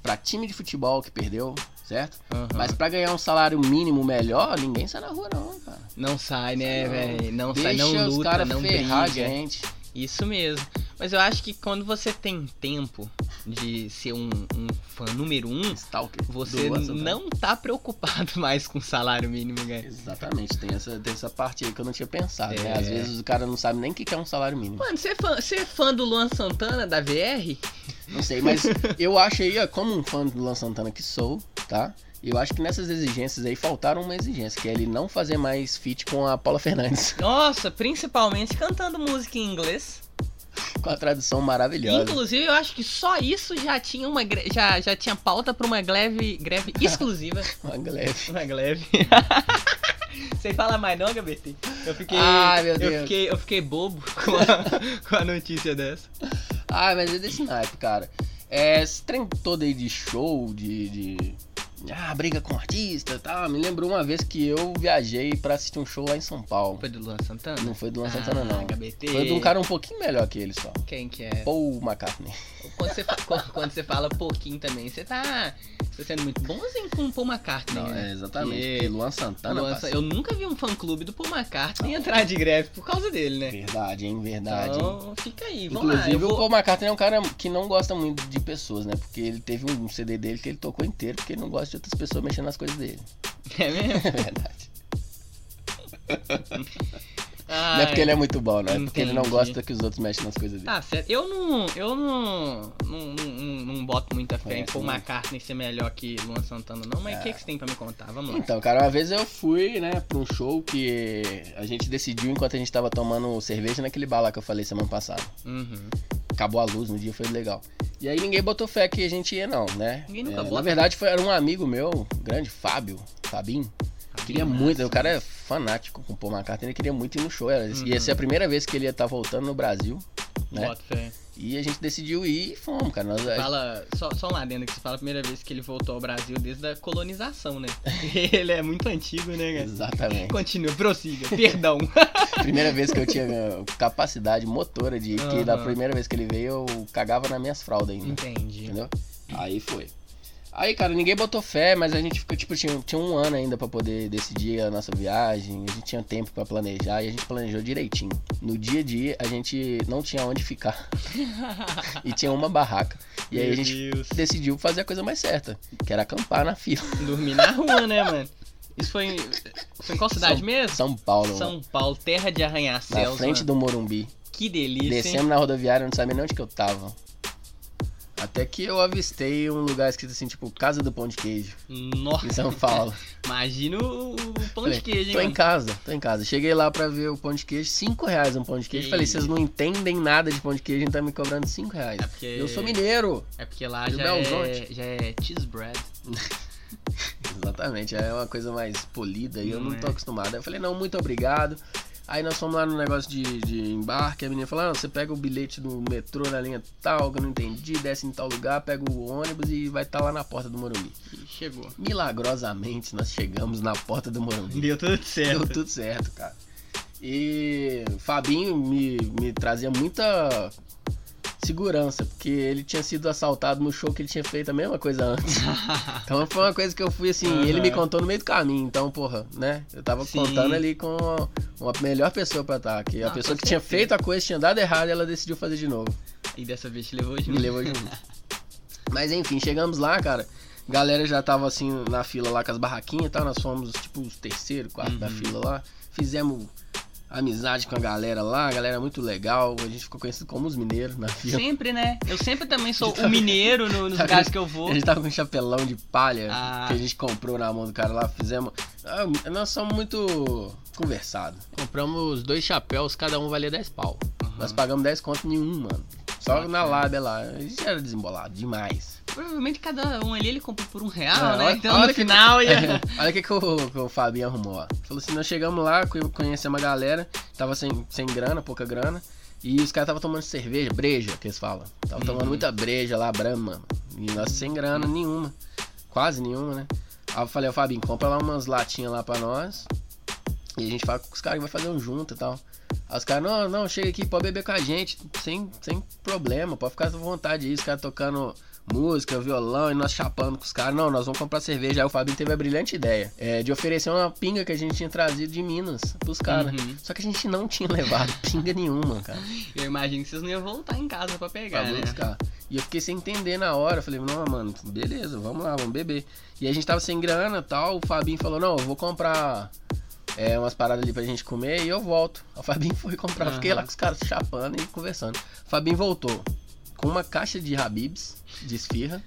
Speaker 2: Pra time de futebol que perdeu, certo?
Speaker 1: Uhum.
Speaker 2: Mas pra ganhar um salário mínimo melhor, ninguém sai na rua, não, cara.
Speaker 1: Não sai, né,
Speaker 2: Não.
Speaker 1: velho? Não sai,
Speaker 2: Deixa
Speaker 1: não
Speaker 2: os
Speaker 1: luta,
Speaker 2: caras
Speaker 1: não
Speaker 2: ferrar a
Speaker 1: briga.
Speaker 2: gente.
Speaker 1: Isso mesmo. Mas eu acho que quando você tem tempo de ser um, um fã número um,
Speaker 2: Stalker.
Speaker 1: você
Speaker 2: do Russell Brand.
Speaker 1: não tá preocupado mais com o salário mínimo, né?
Speaker 2: Exatamente, tem essa, tem essa parte aí que eu não tinha pensado, né?
Speaker 1: É.
Speaker 2: Às vezes o cara não sabe nem o que que é um salário mínimo.
Speaker 1: Mano, você é fã, você é fã do Luan Santana, da VR?
Speaker 2: Não sei, mas eu acho aí, ó, como um fã do Luan Santana que sou, tá? Eu acho que nessas exigências aí faltaram uma exigência, que é ele não fazer mais feat com a Paula Fernandes,
Speaker 1: Nossa, principalmente cantando música em inglês.
Speaker 2: com a tradução maravilhosa.
Speaker 1: Inclusive, eu acho que só isso já tinha uma gre- já, já tinha pauta pra uma greve, greve exclusiva.
Speaker 2: Uma gleve.
Speaker 1: uma greve. Sem falar mais não, Gabetinho. Eu fiquei.
Speaker 2: Ai, meu
Speaker 1: Eu
Speaker 2: Deus.
Speaker 1: fiquei, eu fiquei bobo com a, com a notícia dessa.
Speaker 2: Ah, mas é desse naipe, cara. É, esse trem todo aí de show, de. de- Ah, briga com artista e tal. Me lembrou uma vez que eu viajei pra assistir um show lá em São Paulo.
Speaker 1: Foi do Luan Santana?
Speaker 2: Não foi do Luan Santana,
Speaker 1: Ah,
Speaker 2: não.
Speaker 1: HBT.
Speaker 2: Foi de um cara um pouquinho melhor que ele só.
Speaker 1: Quem que é?
Speaker 2: Paul McCartney.
Speaker 1: Quando você, fa- quando- quando você fala pouquinho também, você tá, você tá sendo muito bonzinho com o Paul McCartney,
Speaker 2: Não,
Speaker 1: né?
Speaker 2: é exatamente.
Speaker 1: Que-
Speaker 2: Porque Luan Santana.
Speaker 1: Luan-
Speaker 2: parceiro.
Speaker 1: eu nunca vi um fã-clube do Paul McCartney entrar de greve por causa dele, né?
Speaker 2: Verdade, hein? Verdade. hein?
Speaker 1: Então, fica aí, vamos lá.
Speaker 2: Inclusive,
Speaker 1: eu
Speaker 2: o
Speaker 1: vou-
Speaker 2: Paul McCartney é um cara que não gosta muito de pessoas, né? Porque ele teve um CD dele que ele tocou inteiro, porque ele não gosta de outras pessoas mexendo nas coisas dele.
Speaker 1: É mesmo?
Speaker 2: É verdade. Não
Speaker 1: Ah,
Speaker 2: é porque ele é muito bom, não. É porque ele não
Speaker 1: entendi.
Speaker 2: gosta que os outros mexam nas coisas dele.
Speaker 1: Tá certo. Eu não. Eu não. Não, não, não boto muita fé em
Speaker 2: Conhece
Speaker 1: Paul
Speaker 2: muito.
Speaker 1: McCartney ser melhor que Luan Santana, não, mas o
Speaker 2: É.
Speaker 1: que, que você tem pra me contar? Vamos lá.
Speaker 2: Então, cara, uma vez eu fui, né, pra um show que a gente decidiu enquanto a gente tava tomando cerveja naquele bar lá que eu falei semana passada.
Speaker 1: Uhum.
Speaker 2: Acabou a luz no dia, foi legal. E aí ninguém botou fé que a gente ia, não, né?
Speaker 1: Ninguém nunca bota.
Speaker 2: na verdade, foi, era um amigo meu, grande Fábio, Fabinho. Queria muito, o cara é fanático com o Paul McCartney, ele queria muito ir no show. Era,
Speaker 1: Uhum.
Speaker 2: Ia ser a primeira vez que ele ia estar voltando no Brasil, né?
Speaker 1: Boto fé.
Speaker 2: E a gente decidiu ir e fomos, cara. Nós,
Speaker 1: Fala, só, só um adendo que você fala a primeira vez que ele voltou ao Brasil desde a colonização, né? Ele é muito antigo, né, cara?
Speaker 2: Exatamente.
Speaker 1: Continua, prossiga, perdão.
Speaker 2: Primeira vez que eu tinha eh, capacidade motora de ir, que da
Speaker 1: Aham.
Speaker 2: primeira vez que ele veio eu cagava nas minhas fraldas ainda,
Speaker 1: Entendi.
Speaker 2: entendeu? Aí foi. Aí, cara, ninguém botou fé, mas a gente ficou, tipo, tinha, tinha um ano ainda pra poder decidir a nossa viagem, a gente tinha tempo pra planejar e a gente planejou direitinho. No dia a dia, a gente não tinha onde ficar e tinha uma barraca. E aí a
Speaker 1: Meu
Speaker 2: gente
Speaker 1: Deus.
Speaker 2: decidiu fazer a coisa mais certa, que era acampar na fila.
Speaker 1: Dormir na rua, né, mano? Isso foi em, foi em qual cidade mesmo?
Speaker 2: São Paulo, mano.
Speaker 1: São Paulo, terra de
Speaker 2: na
Speaker 1: arranha-céus.
Speaker 2: frente do Morumbi.
Speaker 1: mano. Que delícia, hein?
Speaker 2: Descemos na rodoviária, eu não sabia nem onde que eu tava. Até que eu avistei um lugar escrito assim, tipo, Casa do Pão de Queijo, em
Speaker 1: Nossa,
Speaker 2: São Paulo.
Speaker 1: imagina o, o pão de
Speaker 2: Falei,
Speaker 1: queijo, hein?
Speaker 2: Tô em
Speaker 1: mano?
Speaker 2: casa, tô em casa. Cheguei lá pra ver o pão de queijo, 5 reais um pão de queijo.
Speaker 1: Que
Speaker 2: Falei,
Speaker 1: isso.
Speaker 2: vocês não entendem nada de pão de queijo, então tá me cobrando 5 reais.
Speaker 1: É porque,
Speaker 2: Eu sou mineiro.
Speaker 1: é porque lá
Speaker 2: de
Speaker 1: já
Speaker 2: Belo
Speaker 1: é,
Speaker 2: Horizonte.
Speaker 1: já é cheese bread.
Speaker 2: Exatamente, é uma coisa mais polida e eu
Speaker 1: Não
Speaker 2: não tô
Speaker 1: é.
Speaker 2: acostumado. Aí Eu falei, não, muito obrigado. Aí nós fomos lá no negócio de, de embarque, a menina falou, ah, você pega o bilhete do metrô na linha tal, que eu não entendi, desce em tal lugar, pega o ônibus e vai estar lá na porta do Morumbi.
Speaker 1: E chegou.
Speaker 2: Milagrosamente, nós chegamos na porta do Morumbi.
Speaker 1: Deu tudo certo.
Speaker 2: Deu tudo certo, cara. E o Fabinho me, me trazia muita segurança, porque ele tinha sido assaltado no show que ele tinha feito a mesma coisa antes. Então foi uma coisa que eu fui assim,
Speaker 1: Aham.
Speaker 2: ele me contou no meio do caminho, então, porra, né? Eu tava
Speaker 1: Sim.
Speaker 2: contando ali com uma, uma melhor pessoa pra estar aqui. A
Speaker 1: Ah,
Speaker 2: pessoa
Speaker 1: com
Speaker 2: que tinha
Speaker 1: certeza.
Speaker 2: feito a coisa, tinha dado errado, e ela decidiu fazer de novo.
Speaker 1: E dessa vez te levou junto.
Speaker 2: Me levou junto. Mas enfim, chegamos lá, cara. Galera já tava assim na fila lá com as barraquinhas e tal. Nós fomos tipo os terceiro, quarto da
Speaker 1: Uhum.
Speaker 2: fila lá. Fizemos amizade com a galera lá. A galera é muito legal. A gente ficou conhecido como os mineiros na fila.
Speaker 1: Sempre, né? Eu sempre também sou
Speaker 2: Tá
Speaker 1: o mineiro no- nos
Speaker 2: Tá
Speaker 1: lugares
Speaker 2: vendo?
Speaker 1: que eu vou.
Speaker 2: A gente tava com um chapelão de palha
Speaker 1: Ah.
Speaker 2: que a gente comprou na mão do cara lá. Fizemos. Ah, Nós somos muito conversados. Compramos dois chapéus, cada um valia 10 pau. Uhum. Nós pagamos 10 conto nenhum, mano. Só
Speaker 1: Bacana.
Speaker 2: na lábia lá. A gente era desembolado demais.
Speaker 1: Provavelmente cada um ali ele comprou por um real,
Speaker 2: É,
Speaker 1: né?
Speaker 2: olha-
Speaker 1: então
Speaker 2: olha
Speaker 1: no
Speaker 2: que-
Speaker 1: final ia.
Speaker 2: É, Olha o que, que o, que o Fabinho arrumou. ó. Falou assim: nós chegamos lá, co- conhecemos a galera, tava sem, sem grana, pouca grana, e os caras tava tomando cerveja, breja, que eles falam. Tava tomando muita breja lá, brama. E nós sem grana nenhuma, quase nenhuma, né? Aí eu falei: Ó, Fabinho, compra lá umas latinhas lá pra nós. E a gente fala com os caras que vai fazer um junto e tal. Aí os caras, não, não, chega aqui, pode beber com a gente, sem, sem problema, pode ficar à vontade aí, os caras tocando música, violão e nós chapando com os caras. Não, nós vamos comprar cerveja. Aí o Fabinho teve a brilhante ideia é, de oferecer uma pinga que a gente tinha trazido de Minas pros caras.
Speaker 1: Uhum.
Speaker 2: Só que a gente não tinha levado pinga nenhuma, cara.
Speaker 1: Eu imagino que vocês não iam voltar em casa pra pegar,
Speaker 2: É, Pra
Speaker 1: né?
Speaker 2: buscar. E eu fiquei sem entender na hora. Eu falei, não, mano, beleza, vamos lá, vamos beber. E a gente tava sem grana e tal. O Fabinho falou, não, eu vou comprar é, umas paradas ali pra gente comer e eu volto. O Fabinho foi comprar. Eu Fiquei
Speaker 1: Aham.
Speaker 2: lá com os caras chapando e conversando. O Fabinho voltou com uma caixa de Habibs, de esfirra,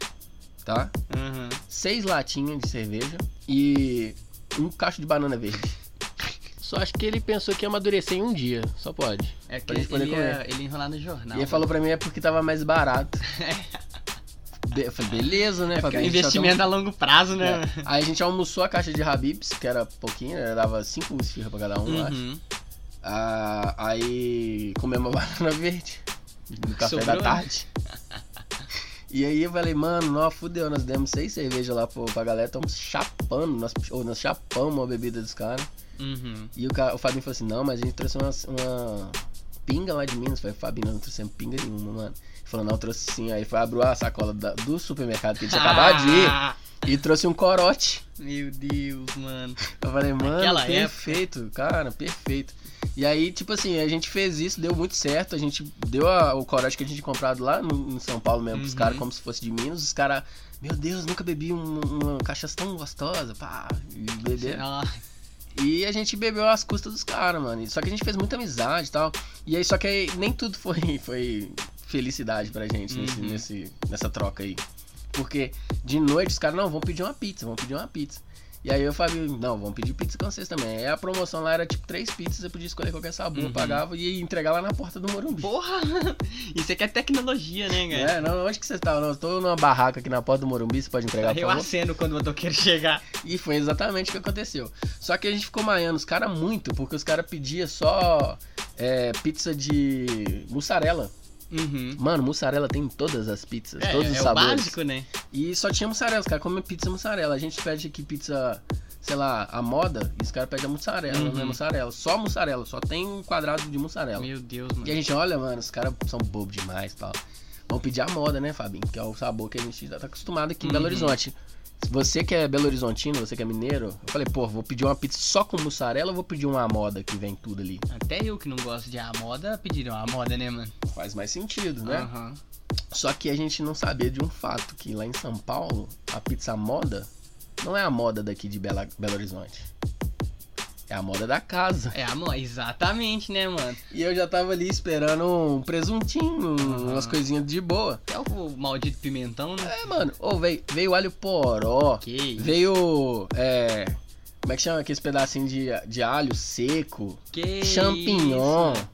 Speaker 2: tá?
Speaker 1: Aham.
Speaker 2: Seis latinhas de cerveja e um cacho de banana verde. Só acho que ele pensou que ia amadurecer em um dia, só pode.
Speaker 1: É que
Speaker 2: Pra gente poder
Speaker 1: ele ia, ele ia enrolar no jornal.
Speaker 2: e ele falou pra mim é porque tava mais barato. Be- eu falei, beleza, né,
Speaker 1: Que é
Speaker 2: Fabinho? A gente já
Speaker 1: investimento a longo prazo,
Speaker 2: tem um-
Speaker 1: né?
Speaker 2: É. Aí a gente almoçou a caixa de Habibs, que era pouquinho, né, dava cinco esfirras pra cada um, eu acho.
Speaker 1: Uhum.
Speaker 2: Ah, aí comemos uma banana verde no café
Speaker 1: Sobrou,
Speaker 2: da
Speaker 1: né?
Speaker 2: tarde. E aí eu falei, mano, nó, fudeu, nós demos seis cervejas lá pro, pra galera, estamos chapando, nós, ou nós chapamos a bebida dos caras.
Speaker 1: Uhum.
Speaker 2: E o, cara, o Fabinho falou assim, não, mas a gente trouxe uma, uma pinga lá de Minas. Eu falei, Fabinho, nós não trouxemos pinga nenhuma, mano. Ele falou, não, trouxe sim. Aí ele foi, abriu a sacola da- do supermercado que ele tinha acabado de ir
Speaker 1: Ah,
Speaker 2: e trouxe um corote.
Speaker 1: Meu Deus, mano.
Speaker 2: Eu falei, mano,
Speaker 1: Naquela época.
Speaker 2: perfeito, cara, perfeito. E aí, tipo assim, a gente fez isso, deu muito certo. A gente deu a- o corote que a gente tinha comprado lá no, em São Paulo mesmo pros
Speaker 1: Uhum.
Speaker 2: caras, como se fosse de Minas. Os caras, meu Deus, nunca bebi um- uma cachaça tão gostosa, pá. E beberam.
Speaker 1: Ah,
Speaker 2: E a gente bebeu às custas dos caras, mano. Só que a gente fez muita amizade e tal. E aí, só que aí, nem tudo foi, foi felicidade pra gente nesse,
Speaker 1: Uhum.
Speaker 2: nesse- nessa troca aí. Porque de noite os caras, não, vão pedir uma pizza, vão pedir uma pizza. E aí eu falei, não, vão pedir pizza com vocês também. Aí a promoção lá era tipo três pizzas, você podia escolher qualquer sabor,
Speaker 1: Uhum.
Speaker 2: pagava e ia entregar lá na porta do Morumbi.
Speaker 1: Porra! Isso aqui é tecnologia, né, cara?
Speaker 2: É, não, onde que vocês estavam? Não, eu tô numa barraca aqui na porta do Morumbi, você pode entregar pra
Speaker 1: Eu aceno quando o motoqueiro chegar.
Speaker 2: E foi exatamente o que aconteceu. Só que a gente ficou maiando os caras muito, porque os caras pediam só é, pizza de mussarela.
Speaker 1: Uhum.
Speaker 2: Mano, mussarela tem em todas as pizzas,
Speaker 1: É,
Speaker 2: todos os
Speaker 1: é o
Speaker 2: sabores.
Speaker 1: básico, né?
Speaker 2: E só tinha mussarela, os caras comem pizza mussarela. A gente pede aqui pizza, sei lá, a moda, e os caras pedem a mussarela,
Speaker 1: Uhum.
Speaker 2: não é mussarela. Só mussarela, só tem um quadrado de mussarela.
Speaker 1: Meu Deus, mano.
Speaker 2: E a gente olha, mano, os caras são bobos demais e tal. Vamos pedir a moda, né, Fabinho? Que é o sabor que a gente já tá acostumado aqui em Belo
Speaker 1: Uhum.
Speaker 2: Horizonte. Se você que é Belo Horizontino, você que é mineiro, eu falei, pô, vou pedir uma pizza só com mussarela ou vou pedir uma moda que vem tudo ali?
Speaker 1: Até eu que não gosto de a moda, pediram a moda, né, mano?
Speaker 2: Faz mais sentido, né?
Speaker 1: Aham.
Speaker 2: Só que a gente não sabia de um fato, que lá em São Paulo, a pizza moda não é a moda daqui de Bela, Belo Horizonte. É a moda da casa.
Speaker 1: É a moda, exatamente, né, mano?
Speaker 2: E eu já tava ali esperando um presuntinho,
Speaker 1: Uhum.
Speaker 2: umas coisinhas de boa.
Speaker 1: Até o maldito pimentão, né?
Speaker 2: É, mano. Ô, veio, veio alho poró.
Speaker 1: Que,
Speaker 2: Veio. É. Como é que chama aqueles pedacinhos de, de alho seco?
Speaker 1: que
Speaker 2: champignon.
Speaker 1: isso?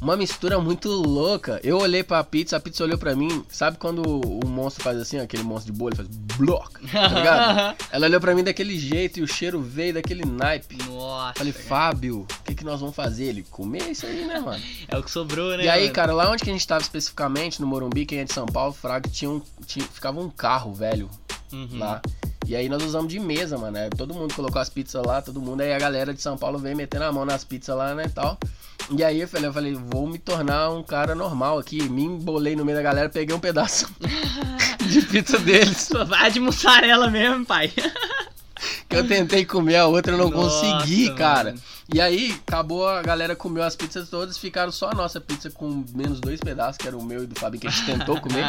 Speaker 2: Uma mistura muito louca. Eu olhei pra pizza, a pizza olhou pra mim. Sabe quando o, o monstro faz assim, ó, aquele monstro de bolha, faz bloco, tá ligado? Ela olhou pra mim daquele jeito e o cheiro veio daquele naipe.
Speaker 1: Nossa.
Speaker 2: Falei,
Speaker 1: cara.
Speaker 2: Fábio, o que, que nós vamos fazer? Ele, comer isso aí, né, mano?
Speaker 1: É o que sobrou, né?
Speaker 2: E aí,
Speaker 1: mano?
Speaker 2: cara, lá onde que a gente tava especificamente, no Morumbi, quem é de São Paulo, Fraga, tinha um, tinha- ficava um carro, velho
Speaker 1: Uhum.
Speaker 2: lá. E aí nós usamos de mesa, mano. né? Todo mundo colocou as pizzas lá, todo mundo. Aí a galera de São Paulo veio metendo a mão nas pizzas lá, né, tal. E aí eu falei, eu falei, vou me tornar um cara normal aqui. Me embolei no meio da galera, peguei um pedaço de pizza deles.
Speaker 1: Só Vai de mussarela mesmo, pai.
Speaker 2: Que eu tentei comer a outra, eu não
Speaker 1: Nossa,
Speaker 2: consegui, cara.
Speaker 1: mano.
Speaker 2: E aí, acabou, a galera comeu as pizzas todas, ficaram só a nossa pizza com menos dois pedaços, que era o meu e do Fabinho, que a gente tentou comer.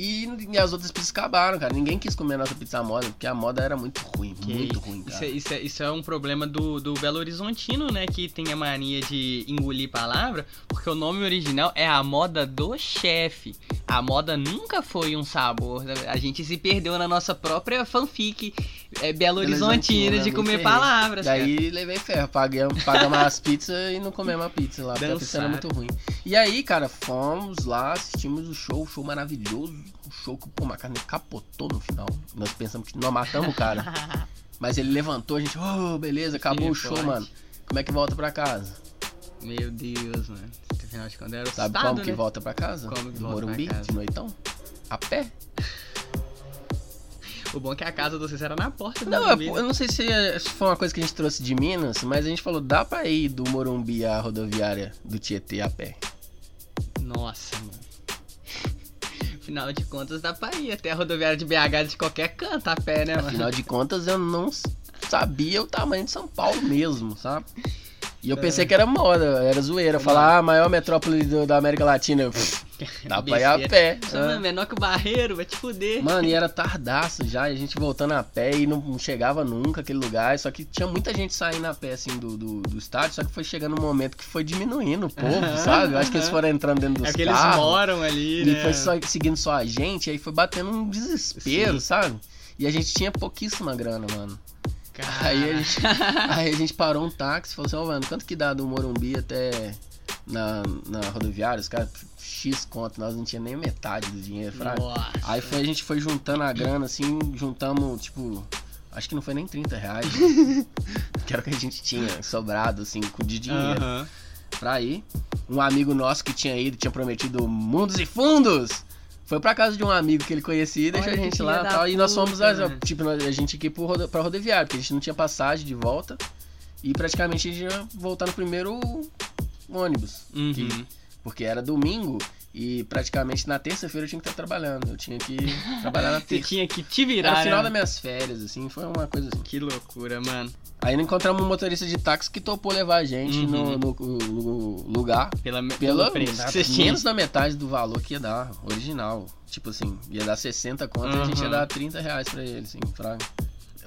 Speaker 2: E, e as outras pizzas acabaram, cara. Ninguém quis comer a nossa pizza moda, porque a moda era muito ruim,
Speaker 1: Que
Speaker 2: muito
Speaker 1: isso.
Speaker 2: ruim, cara.
Speaker 1: Isso é, isso é- isso é um problema do, do Belo Horizontino, né? Que tem a mania de engolir palavra, porque o nome original é a moda do chefe. A moda nunca foi um sabor. né? A gente se perdeu na nossa própria fanfic é, Belo Horizontina
Speaker 2: Horizontina,
Speaker 1: de
Speaker 2: né, muito
Speaker 1: comer
Speaker 2: bem.
Speaker 1: palavras. cara.
Speaker 2: Daí levei ferro, pagamos, pagamos as pizzas e não comemos a pizza lá, porque a pizza era
Speaker 1: Dançaram.
Speaker 2: muito ruim. E aí, cara, fomos lá, assistimos o show, um show maravilhoso, um show que, pô, Macarne capotou no final. Nós pensamos que nós matamos o cara, mas ele levantou, a gente, oh, beleza, acabou
Speaker 1: Sim,
Speaker 2: o show,
Speaker 1: forte.
Speaker 2: mano. Como é que volta pra casa?
Speaker 1: Meu Deus, mano. Afinal de contas, era o
Speaker 2: Sabe
Speaker 1: estado,
Speaker 2: como que
Speaker 1: né?
Speaker 2: volta pra casa?
Speaker 1: Como que
Speaker 2: Do
Speaker 1: volta pra
Speaker 2: Morumbi,
Speaker 1: casa?
Speaker 2: de noitão? A pé?
Speaker 1: O bom é que a casa de vocês era na porta da
Speaker 2: Não, eu,
Speaker 1: Minas.
Speaker 2: eu não sei se é- se foi uma coisa que a gente trouxe de Minas, mas a gente falou, dá pra ir do Morumbi à rodoviária do Tietê a pé.
Speaker 1: Nossa, mano. Afinal de contas, dá pra ir até a rodoviária de BH de qualquer canto a pé, né, mano?
Speaker 2: Afinal de contas, eu não s- sabia o tamanho de São Paulo mesmo, sabe? E eu pensei que era moda, era
Speaker 1: É
Speaker 2: zoeira. Falar, ah, maior metrópole do- da América Latina. Pff, Dá pra ir a
Speaker 1: Besteira.
Speaker 2: pé.
Speaker 1: Isso, é
Speaker 2: né?
Speaker 1: mano, menor que o barreiro, vai te fuder.
Speaker 2: Mano, e era tardaço já, e a gente voltando a pé e não não chegava nunca aquele lugar. Só que tinha muita gente saindo a pé, assim, do, do, do estádio, só que foi chegando um momento que foi diminuindo o povo,
Speaker 1: Aham,
Speaker 2: sabe? Eu acho que eles
Speaker 1: aham.
Speaker 2: foram entrando dentro dos
Speaker 1: é porque eles
Speaker 2: carros.
Speaker 1: moram ali,
Speaker 2: E
Speaker 1: né?
Speaker 2: foi só, seguindo só a gente, aí foi batendo um desespero,
Speaker 1: Sim.
Speaker 2: sabe? E a gente tinha pouquíssima grana, mano.
Speaker 1: Cara.
Speaker 2: Aí a gente- Aí a gente parou um táxi e falou assim, ó, mano, quanto que dá do Morumbi até na, na rodoviária? Os caras, X conto, nós não tinha nem metade do dinheiro, fraco.
Speaker 1: Nossa.
Speaker 2: Aí foi, a gente foi juntando a grana, assim, juntamos, tipo, acho que não foi nem 30 reais, né? que era o que a gente tinha sobrado, assim, com- de dinheiro
Speaker 1: Aham.
Speaker 2: pra ir. Um amigo nosso que tinha ido, tinha prometido mundos e fundos. Foi pra casa de um amigo que ele conhecia e deixou
Speaker 1: Olha
Speaker 2: a gente
Speaker 1: que
Speaker 2: lá e
Speaker 1: filha
Speaker 2: tal.
Speaker 1: da
Speaker 2: E nós
Speaker 1: puta,
Speaker 2: fomos, as-
Speaker 1: né?
Speaker 2: tipo, nós- a gente aqui pro rodo, pra rodoviária, porque a gente não tinha passagem de volta. E praticamente a gente ia voltar no primeiro ônibus.
Speaker 1: Uhum.
Speaker 2: Porque era domingo e praticamente na terça-feira eu tinha que estar trabalhando. Eu tinha que trabalhar na
Speaker 1: Você
Speaker 2: terça.
Speaker 1: tinha que te virar,
Speaker 2: Era no final
Speaker 1: né?
Speaker 2: das minhas férias, assim, foi uma coisa assim.
Speaker 1: Que loucura, mano.
Speaker 2: Aí nós encontramos um motorista de táxi que topou levar a gente
Speaker 1: Uhum.
Speaker 2: no- no- no lugar
Speaker 1: Pela,
Speaker 2: pela
Speaker 1: pelo preço que vocês tinham.
Speaker 2: menos da metade do valor que ia dar, original. Tipo assim, ia dar 60 conto e a gente ia
Speaker 1: Aham.
Speaker 2: dar 30 reais pra ele, assim, fraga.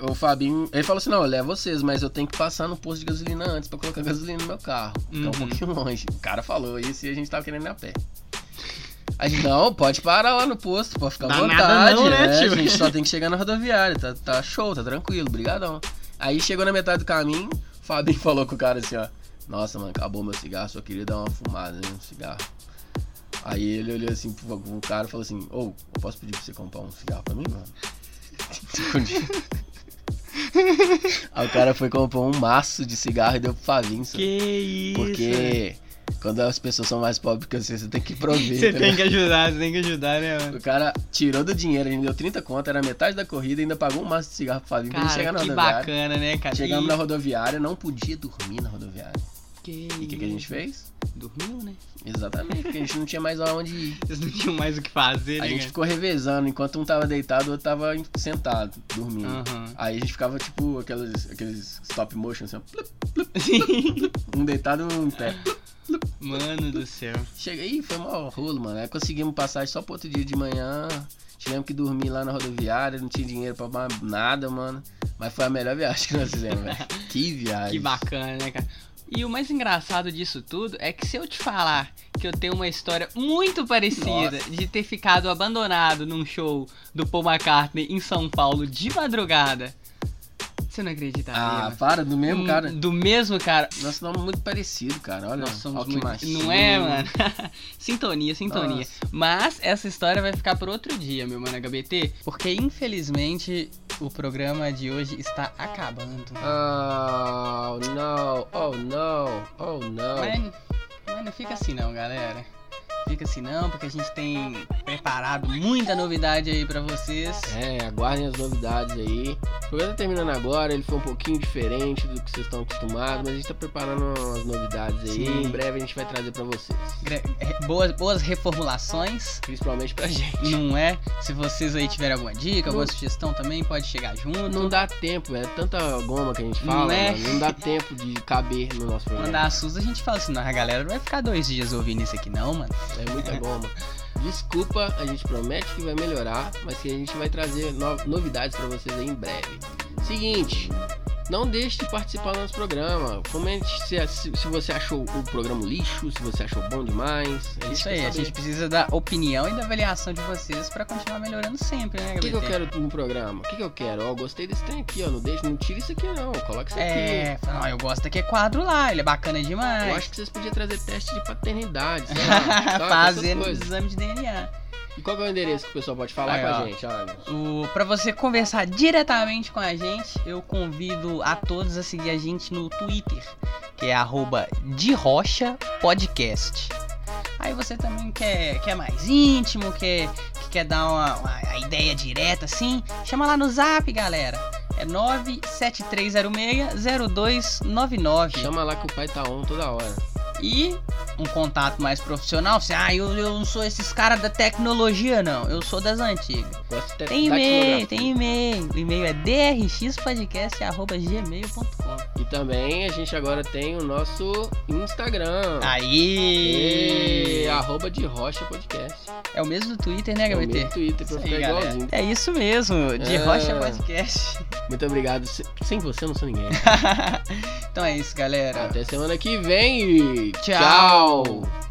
Speaker 2: O Fabinho, ele falou assim, não, eu levo vocês, mas eu tenho que passar no posto de gasolina antes pra colocar gasolina no meu carro. Então é um
Speaker 1: Uhum.
Speaker 2: pouquinho longe. O cara falou isso e a gente tava querendo ir a pé. A gente, não, pode parar lá no posto, pode ficar à
Speaker 1: Dá nada
Speaker 2: vontade.
Speaker 1: não, né,
Speaker 2: é,
Speaker 1: tio?
Speaker 2: A gente só tem que chegar na rodoviária, tá, tá show, tá tranquilo, brigadão. Aí chegou na metade do caminho, o Fabinho falou com o cara assim, ó. Nossa, mano, acabou meu cigarro, só queria dar uma fumada, né? Um cigarro. Aí ele olhou assim pro, pro cara e falou assim, ô, eu posso pedir pra você comprar um cigarro pra mim, mano? Aí o cara foi comprar um maço de cigarro e deu pro Fabinho, só.
Speaker 1: Que isso.
Speaker 2: Porque quando as pessoas são mais pobres que você, você tem que prover.
Speaker 1: Você
Speaker 2: tá
Speaker 1: tem que ajudar, você tem que ajudar, né, mano?
Speaker 2: o cara tirou do dinheiro, ainda deu 30 conto, era metade da corrida, ainda pagou um maço de cigarro pro Fabinho pra ele chegar
Speaker 1: Cara,
Speaker 2: na
Speaker 1: que
Speaker 2: rodoviária.
Speaker 1: bacana, né, cara?
Speaker 2: Chegamos
Speaker 1: E-
Speaker 2: na rodoviária, não podia dormir na rodoviária.
Speaker 1: Que
Speaker 2: E o que, que a gente fez?
Speaker 1: Dormiu, né?
Speaker 2: Exatamente, porque a gente não tinha mais aonde ir.
Speaker 1: Vocês não tinham mais o que fazer,
Speaker 2: A
Speaker 1: né,
Speaker 2: gente
Speaker 1: cara?
Speaker 2: ficou revezando, enquanto um tava deitado, o outro tava sentado, dormindo.
Speaker 1: Aham.
Speaker 2: Aí a gente ficava tipo aqueles, aqueles stop motion, assim, ó, plup,
Speaker 1: Sim.
Speaker 2: um deitado e um em pé.
Speaker 1: Mano do céu.
Speaker 2: Chega aí, foi mal rolo, mano. Aí conseguimos passagem só pro outro dia de manhã. Tivemos que dormir lá na rodoviária, não tinha dinheiro pra mais nada, mano. Mas foi a melhor viagem que nós fizemos, velho. Que viagem.
Speaker 1: Que bacana, né, cara? E o mais engraçado disso tudo é que se eu te falar que eu tenho uma história muito parecida
Speaker 2: Nossa.
Speaker 1: de ter ficado abandonado num show do Paul McCartney em São Paulo de madrugada, você não acreditaria.
Speaker 2: Ah,
Speaker 1: mano.
Speaker 2: para, do mesmo,
Speaker 1: Hum,
Speaker 2: cara.
Speaker 1: Do mesmo cara.
Speaker 2: Nós somos muito parecidos, cara. Olha,
Speaker 1: Nós somos
Speaker 2: olha que
Speaker 1: muito...
Speaker 2: machismo.
Speaker 1: Não é, mano? sintonia, sintonia.
Speaker 2: Nossa.
Speaker 1: Mas essa história vai ficar por outro dia, meu mano HBT, porque infelizmente o programa de hoje está acabando.
Speaker 2: Oh, não. Oh, não. Oh, não.
Speaker 1: Mas, mas não fica assim não, galera. Fica assim não, porque a gente tem preparado muita novidade aí pra vocês.
Speaker 2: É, aguardem as novidades aí. O programa tá terminando agora, ele foi um pouquinho diferente do que vocês estão acostumados, mas a gente tá preparando umas novidades aí.
Speaker 1: Sim.
Speaker 2: Em breve a gente vai trazer pra vocês.
Speaker 1: Gre- é, Boas, boas reformulações,
Speaker 2: Principalmente pra gente.
Speaker 1: não é? Se vocês aí tiverem alguma dica, alguma sugestão também, pode chegar junto.
Speaker 2: Não dá tempo, é tanta goma que a gente
Speaker 1: Não
Speaker 2: fala,
Speaker 1: é?
Speaker 2: mano, não dá tempo de caber no nosso programa.
Speaker 1: Mandar a SUS, a gente fala assim, não, a galera não vai ficar dois dias ouvindo isso aqui não, mano.
Speaker 2: É muita goma. Desculpa, a gente promete que vai melhorar, mas que a gente vai trazer no- novidades pra vocês aí em breve. Seguinte, não deixe de participar do nosso programa. Comente se, se- se você achou o programa um lixo, se você achou bom demais. É
Speaker 1: Isso aí, a gente precisa da opinião e da avaliação de vocês pra continuar melhorando sempre, né,
Speaker 2: O que, que eu
Speaker 1: HBT?
Speaker 2: quero no programa? O que, que eu quero? Ó, gostei desse trem aqui, ó. Não deixa, não tira isso aqui não. Coloca isso aqui.
Speaker 1: É, fala, não, eu gosto daquele quadro lá, ele é bacana
Speaker 2: Eu
Speaker 1: demais.
Speaker 2: acho que vocês podiam trazer teste de paternidade, sei lá, sabe? Essas
Speaker 1: Tá Fazendo
Speaker 2: coisas.
Speaker 1: exame de DNA.
Speaker 2: E qual que é o endereço que o pessoal pode falar
Speaker 1: Aí,
Speaker 2: com a
Speaker 1: ó.
Speaker 2: gente, Agnes?
Speaker 1: O, pra você conversar diretamente com a gente, eu convido a todos a seguir a gente no Twitter, que é arroba de rocha podcast. Aí você também quer, quer mais íntimo, quer, quer dar uma, uma- a ideia direta assim, chama lá no zap, galera. É 97306-0299.
Speaker 2: Chama lá que o pai tá on toda hora.
Speaker 1: E um contato mais profissional, você, ah, eu, eu não sou esses caras da tecnologia, não. Eu sou das antigas.
Speaker 2: Gosto de
Speaker 1: Tem e-mail,
Speaker 2: datilografia.
Speaker 1: tem e-mail. O e-mail é drxpodcast.gmail.com.
Speaker 2: E também a gente agora tem o nosso Instagram.
Speaker 1: Aí!
Speaker 2: E... Arroba de Rocha Podcast.
Speaker 1: É o mesmo do Twitter, né,
Speaker 2: É o
Speaker 1: HBT?
Speaker 2: meu Twitter
Speaker 1: Isso
Speaker 2: pra
Speaker 1: aí,
Speaker 2: ficar
Speaker 1: galera.
Speaker 2: igualzinho.
Speaker 1: É isso mesmo, de
Speaker 2: É.
Speaker 1: Rocha Podcast.
Speaker 2: Muito obrigado. Se- Sem você eu não sou ninguém.
Speaker 1: então é isso, galera.
Speaker 2: Até semana que vem. e
Speaker 1: Tchau.
Speaker 2: Tchau.